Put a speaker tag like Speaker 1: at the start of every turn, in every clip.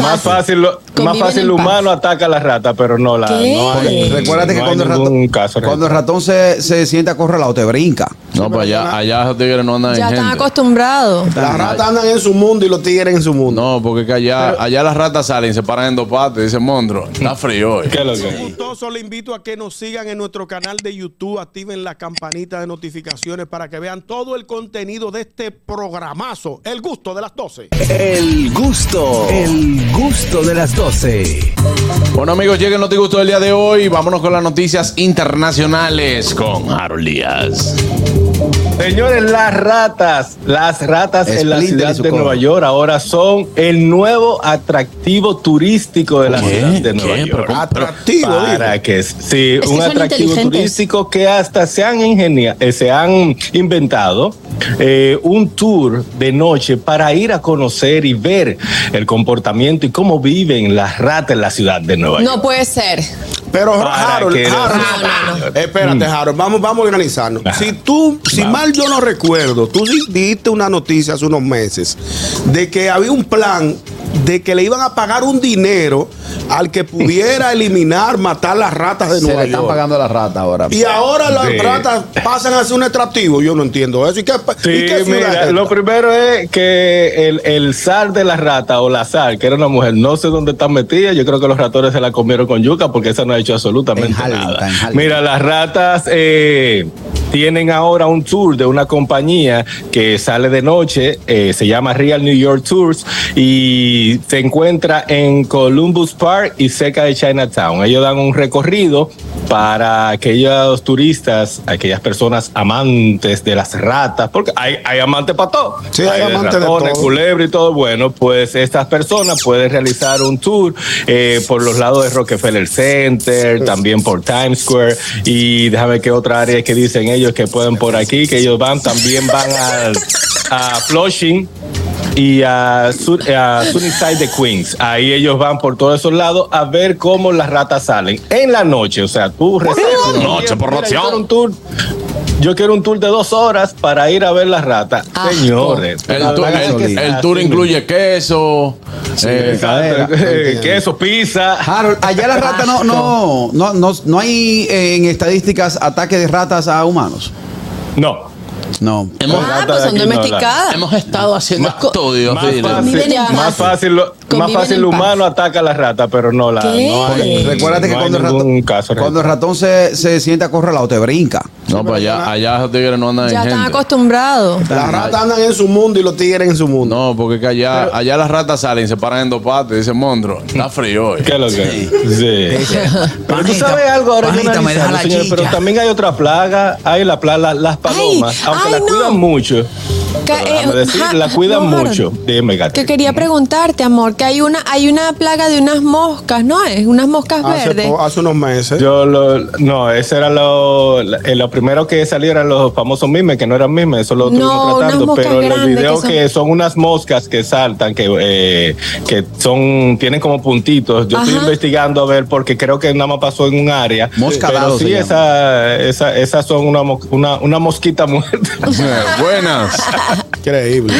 Speaker 1: Más fácil, lo- más
Speaker 2: Conviven
Speaker 1: fácil
Speaker 2: en
Speaker 1: el
Speaker 2: paz.
Speaker 1: humano ataca a la rata, pero no la.
Speaker 2: ¿Qué?
Speaker 1: No hay,
Speaker 3: Recuérdate que
Speaker 1: Eh, no
Speaker 3: cuando, el
Speaker 1: hay
Speaker 3: ratón,
Speaker 1: ningún caso real.
Speaker 3: cuando el ratón se, se siente acorralado, te brinca.
Speaker 4: No, pues allá, allá esos tigres no andan
Speaker 2: Ya
Speaker 4: en
Speaker 2: están
Speaker 4: gente.
Speaker 2: acostumbrados.
Speaker 5: Las ratas andan en su mundo y los tigres en su mundo.
Speaker 4: No, porque es que allá, allá las ratas salen, se paran en dos patas y dicen, monstruo, está frío hoy.
Speaker 1: ¿Qué es lo que?
Speaker 6: gustoso, le invito a que nos sigan en nuestro canal de YouTube, activen la campanita de notificaciones para que vean todo el contenido de este programazo, El Gusto de las 12.
Speaker 7: El gusto, el gusto de las 12.
Speaker 4: Bueno amigos, lleguen los gusto del día de hoy. Vámonos con las noticias internacionales con Harold Díaz.
Speaker 1: Señores, las ratas, las ratas en la
Speaker 3: Splinter y
Speaker 1: ciudad
Speaker 3: su
Speaker 1: de
Speaker 3: cola.
Speaker 1: Nueva York ahora son el nuevo atractivo turístico de la
Speaker 4: ¿Qué?
Speaker 1: ciudad de Nueva
Speaker 4: ¿Qué? Pero
Speaker 1: York.
Speaker 4: ¿cómo?
Speaker 5: Atractivo,
Speaker 1: Para que sí,
Speaker 2: que
Speaker 1: un
Speaker 2: son
Speaker 1: atractivo
Speaker 2: inteligentes.
Speaker 1: turístico que hasta se han ingenia- eh, se han inventado eh, un tour de noche para ir a conocer y ver el comportamiento y cómo viven las ratas en la ciudad de Nueva York.
Speaker 2: No puede ser.
Speaker 5: digo. Pero
Speaker 1: Para
Speaker 5: Harold,
Speaker 1: que- Mm.
Speaker 5: Harold, espérate, Harold, vamos, vamos a organizarnos. Si tú, si mal yo no recuerdo, tú sí diste una noticia hace unos meses de que había un plan de que le iban a pagar un dinero al que pudiera eliminar, matar las ratas de
Speaker 3: Se
Speaker 5: Nueva
Speaker 3: le están
Speaker 5: York.
Speaker 3: pagando las ratas ahora.
Speaker 5: Y ahora las
Speaker 1: Sí.
Speaker 5: ratas pasan a ser un atractivo. Yo no entiendo eso. ¿Y qué,
Speaker 1: Sí,
Speaker 5: y qué ciudad es
Speaker 1: mira,
Speaker 5: esta?
Speaker 1: lo primero es que el, el zar de la rata o la zar, que era una mujer, no sé dónde está metida. Yo creo que los ratones se la comieron con yuca porque esa no ha hecho absolutamente
Speaker 3: En Harlem,
Speaker 1: nada.
Speaker 3: en Harlem.
Speaker 1: Mira, las ratas eh, tienen ahora un tour de una compañía que sale de noche, eh, se llama Real New York Tours y se encuentra en Columbus Park y cerca de Chinatown. Ellos dan un recorrido para aquellos turistas, aquellas personas amantes de las ratas, porque hay, hay amantes para todo.
Speaker 5: Sí, hay
Speaker 1: de
Speaker 5: amantes de
Speaker 1: ratones,
Speaker 5: todo.
Speaker 1: culebra y todo. Bueno, pues estas personas pueden realizar un tour eh, por los lados de Rockefeller Center, también por Times Square y déjame que otra área que dicen ellos que pueden por aquí, que ellos van, también van al- a Flushing y a, Sur, a Sunnyside de Queens. Ahí ellos van por todos esos lados a ver cómo las ratas salen en la noche. O sea, tú reservas.
Speaker 4: noche, por
Speaker 1: Mira,
Speaker 4: noción.
Speaker 1: yo quiero un tour. Yo quiero un tour de dos horas para ir a ver las ratas.
Speaker 2: Asco.
Speaker 1: Señores, la
Speaker 4: El, tour-
Speaker 1: verdad
Speaker 4: el-
Speaker 1: es que
Speaker 4: el
Speaker 1: sí.
Speaker 4: tour
Speaker 1: Así
Speaker 4: incluye queso. eh,
Speaker 1: Exacto.
Speaker 3: Cadera.
Speaker 1: Queso, pizza.
Speaker 3: Harold, allá las ratas no, no, no, no, no hay eh, en estadísticas ataque de ratas a humanos.
Speaker 1: No.
Speaker 3: No.
Speaker 2: Ah,
Speaker 1: ratas
Speaker 2: pues
Speaker 1: de
Speaker 2: son
Speaker 1: aquí no
Speaker 2: domesticadas.
Speaker 4: hemos estado haciendo
Speaker 2: Más co-
Speaker 4: estudios.
Speaker 1: Más
Speaker 4: dile.
Speaker 2: Conviven
Speaker 1: fácil,
Speaker 2: en paz.
Speaker 1: más fácil, lo- más
Speaker 2: Conviven
Speaker 1: fácil
Speaker 2: en
Speaker 1: el
Speaker 2: paz.
Speaker 1: humano ataca a las ratas, pero no la.
Speaker 2: ¿Qué?
Speaker 1: No hay,
Speaker 3: Recuérdate que
Speaker 1: Eh, no hay
Speaker 3: cuando, el
Speaker 1: ningún
Speaker 3: ratón,
Speaker 1: caso real.
Speaker 3: cuando el ratón se, se siente acorralado, te brinca.
Speaker 4: No, pues allá, allá esos tigres no andan
Speaker 2: Ya
Speaker 4: en
Speaker 2: están
Speaker 4: gente.
Speaker 2: acostumbrados.
Speaker 5: Las ratas andan en su mundo y los tigres en su mundo.
Speaker 4: No, porque es que allá, allá las ratas salen, se paran en dos patas y dicen, monstruo, está frío hoy.
Speaker 1: ¿Qué es lo que? Sí. Pero tú
Speaker 7: Panita,
Speaker 1: sabes algo ahora yo
Speaker 7: panita, me deja
Speaker 1: analizando,
Speaker 7: la
Speaker 1: señores, pero
Speaker 7: chicha.
Speaker 1: también hay otra plaga, hay la plaga, las palomas, aunque
Speaker 2: ay,
Speaker 1: la
Speaker 2: no.
Speaker 1: cuidan mucho.
Speaker 2: Ca-
Speaker 1: pero déjame
Speaker 2: eh,
Speaker 1: decir,
Speaker 2: ja-
Speaker 1: la cuidan
Speaker 2: no, Harold,
Speaker 1: mucho. Dime, gato.
Speaker 2: Que quería preguntarte, amor, que hay una, hay una plaga de unas moscas, ¿no? Es unas moscas
Speaker 5: Hace,
Speaker 2: verdes.
Speaker 5: po- hace unos meses.
Speaker 1: Yo lo, no, eso era lo, eh, lo primero que salieron los famosos memes, que no eran memes, eso
Speaker 2: No,
Speaker 1: lo estuvimos
Speaker 2: unas
Speaker 1: tratando,
Speaker 2: moscas
Speaker 1: pero en el
Speaker 2: grandes
Speaker 1: video
Speaker 2: que son-
Speaker 1: que son... unas moscas que saltan, que, eh, que son, tienen como puntitos. Yo estoy
Speaker 2: Ajá.
Speaker 1: investigando a ver, porque creo que nada más pasó en un área.
Speaker 3: Mosca
Speaker 1: pero
Speaker 3: dado
Speaker 1: sí,
Speaker 3: se llama.
Speaker 1: esa, esa, esas son una, mo- una, una mosquita muerta.
Speaker 4: Eh, buenas.
Speaker 5: Increíble.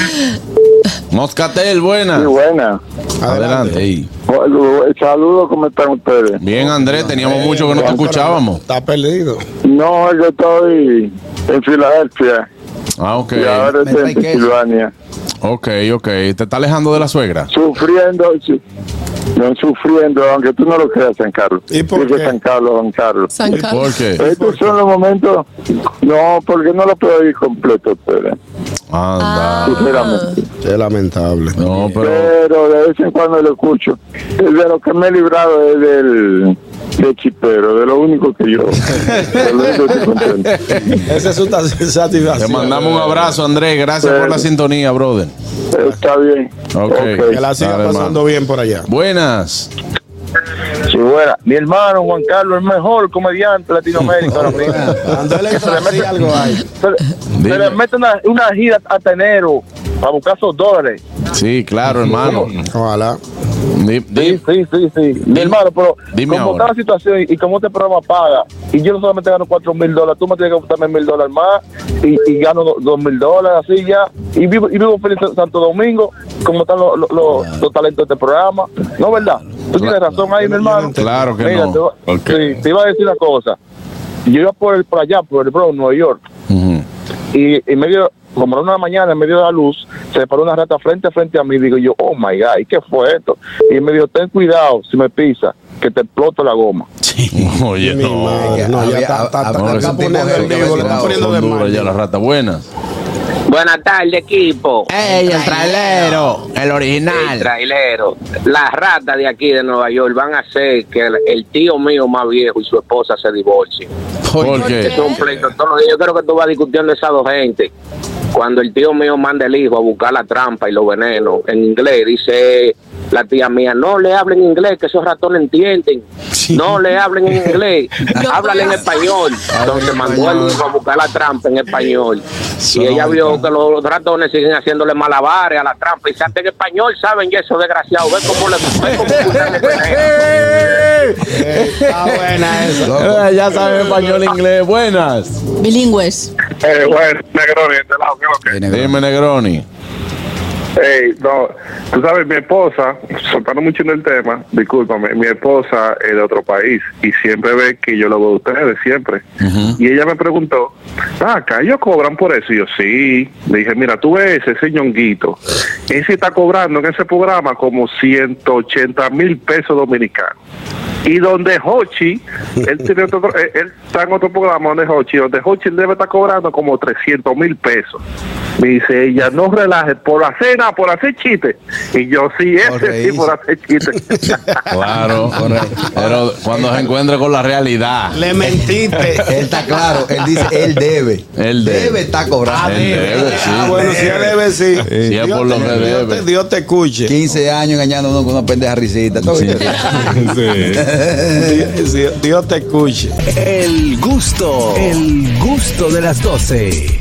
Speaker 4: Moscatel, buenas.
Speaker 8: Sí, buena.
Speaker 4: Adelante. Ey.
Speaker 8: Saludos, Saludos, ¿cómo están ustedes?
Speaker 4: Bien, Andrés, teníamos mucho que no te escuchábamos.
Speaker 5: Está perdido.
Speaker 8: No, yo estoy en Filadelfia
Speaker 4: Ah, ok.
Speaker 8: y ahora
Speaker 3: Me
Speaker 8: estoy
Speaker 3: trae
Speaker 8: en
Speaker 3: queso.
Speaker 8: Pensilvania.
Speaker 4: Ok, ok. ¿Te está alejando de la suegra?
Speaker 8: Sufriendo, su- no sufriendo, aunque tú no lo creas, San Carlos.
Speaker 5: ¿Y por
Speaker 8: Digo
Speaker 5: qué?
Speaker 8: San Carlos, San Carlos.
Speaker 2: San Carlos.
Speaker 4: ¿Por qué?
Speaker 8: Estos son los momentos. No, porque no lo puedo ir completo, ustedes,
Speaker 2: Ah.
Speaker 3: Ah,
Speaker 4: Anda.
Speaker 8: sinceramente.
Speaker 5: Es lamentable.
Speaker 4: No, pero.
Speaker 8: Pero de vez en cuando lo escucho. De lo que me he librado es del de chipero, de lo único que yo. de lo único que estoy contento.
Speaker 5: Esa es su ta-
Speaker 4: Te
Speaker 5: satisfacción.
Speaker 4: mandamos un abrazo, Andrés. Gracias por la sintonía, brother.
Speaker 8: Está bien.
Speaker 4: Ok.
Speaker 5: Que la siga
Speaker 4: Dale,
Speaker 5: pasando bien por allá.
Speaker 4: Buenas.
Speaker 8: Sí, buena. Mi hermano Juan Carlos, el mejor comediante de Latinoamérica ahora mismo.
Speaker 5: Andale así algo ahí.
Speaker 8: Se, le- se
Speaker 4: Dime.
Speaker 8: le mete una, una gira a enero para buscar esos dólares.
Speaker 4: Sí, claro, hermano.
Speaker 5: Ojalá.
Speaker 4: Di- di-
Speaker 8: Sí, sí, sí, sí. Mi hermano, pero
Speaker 4: dime
Speaker 8: como
Speaker 4: ahora.
Speaker 8: está la situación y como este programa paga, y yo solamente gano cuatro mil dólares, tú me tienes que gustarme mil dólares más y, y gano do- dos mil dólares, así ya. Y vivo, y vivo feliz en Santo Domingo, como están los, los- los- los talentos de este programa. ¿No verdad? Tú tienes razón ahí, mi hermano.
Speaker 4: Claro que
Speaker 8: Mira,
Speaker 4: no.
Speaker 8: te, va-
Speaker 1: Ok.
Speaker 8: sí, te iba a decir una cosa. Yo iba por, el, por allá, por el Bronx, Nueva York,
Speaker 4: Ujú.
Speaker 8: y en medio, como a la una de la mañana, en medio de la luz, se paró una rata frente a frente a mí. Digo yo, oh my God, ¿y qué fue esto? Y me dijo, ten cuidado si me pisa, que te exploto la goma.
Speaker 4: Oye,
Speaker 5: Mi
Speaker 3: Ah,
Speaker 5: madre.
Speaker 4: no.
Speaker 5: No,
Speaker 3: Eh, Había-
Speaker 5: ya está- está-
Speaker 3: había-
Speaker 5: está-
Speaker 4: No,
Speaker 5: está
Speaker 4: ese
Speaker 5: poniendo
Speaker 3: tipo
Speaker 5: el
Speaker 3: de-
Speaker 5: vivo, le está
Speaker 3: Son
Speaker 5: poniendo de
Speaker 4: Son duras ya
Speaker 5: mal.
Speaker 4: las ratas buenas.
Speaker 9: Buenas tardes, equipo.
Speaker 3: ¡Ey, el trailero! El
Speaker 9: El
Speaker 3: original.
Speaker 9: trailero. Las ratas de aquí de Nueva York van a hacer que el, el tío mío más viejo y su esposa se divorcien.
Speaker 4: ¿Por qué?
Speaker 9: Es un pleito todos los días. Yo creo que tú vas discutiendo esas dos gente. Cuando el tío mío manda el hijo a buscar la trampa y los venenos en inglés, dice la tía mía, no le hablen inglés, que esos ratones entienden. No le hablen en inglés, háblale en español. Entonces mandó el hijo a buscar la trampa en español. Y ella vio que los ratones siguen haciéndole malabares a la trampa. Y saben en español, saben y eso desgraciado. Ve cómo le ve cómo ustedes venenos.
Speaker 5: Está buena esa.
Speaker 4: Eh, Ya saben español e inglés. Buenas.
Speaker 2: Bilingües.
Speaker 8: Eh, bueno, negro, de este lado, ¿qué es lo que?
Speaker 4: Dime, Negroni.
Speaker 8: Ey, no, tú sabes, mi esposa, soltando mucho en el tema, discúlpame, mi esposa es de otro país y siempre ve que yo lo veo a ustedes, siempre. Y ella me preguntó, "Ah, acá ellos cobran por eso. Y yo, sí. Le dije, mira, tú ves ese ñonguito, ese está cobrando en ese programa como 180 mil pesos dominicanos. Y donde Hochi, él tiene otro, él, él está en otro programa donde Hochi, donde Hochi debe estar cobrando como 300 mil pesos. Me dice ella, no relajes, por la cena, por hacer chistes. Y yo, sí,
Speaker 3: Por
Speaker 8: ese sí, por hacer chistes.
Speaker 4: Claro. Pero cuando se encuentre con la realidad.
Speaker 5: Le mentiste.
Speaker 3: Él está claro, él dice, él debe.
Speaker 4: Él debe.
Speaker 3: Debe estar cobrando.
Speaker 4: Él debe, sí.
Speaker 5: Ah, bueno, si él debe, sí.
Speaker 4: Sí, es
Speaker 5: Dios
Speaker 4: por lo
Speaker 5: te-
Speaker 4: que
Speaker 5: Dios
Speaker 4: debe.
Speaker 5: te- Dios te escuche.
Speaker 3: 15 años engañando a uno con una pendeja risita. ¿Tú viste?
Speaker 5: Di- Dios- Dios te escuche.
Speaker 7: El gusto, el gusto de las 12.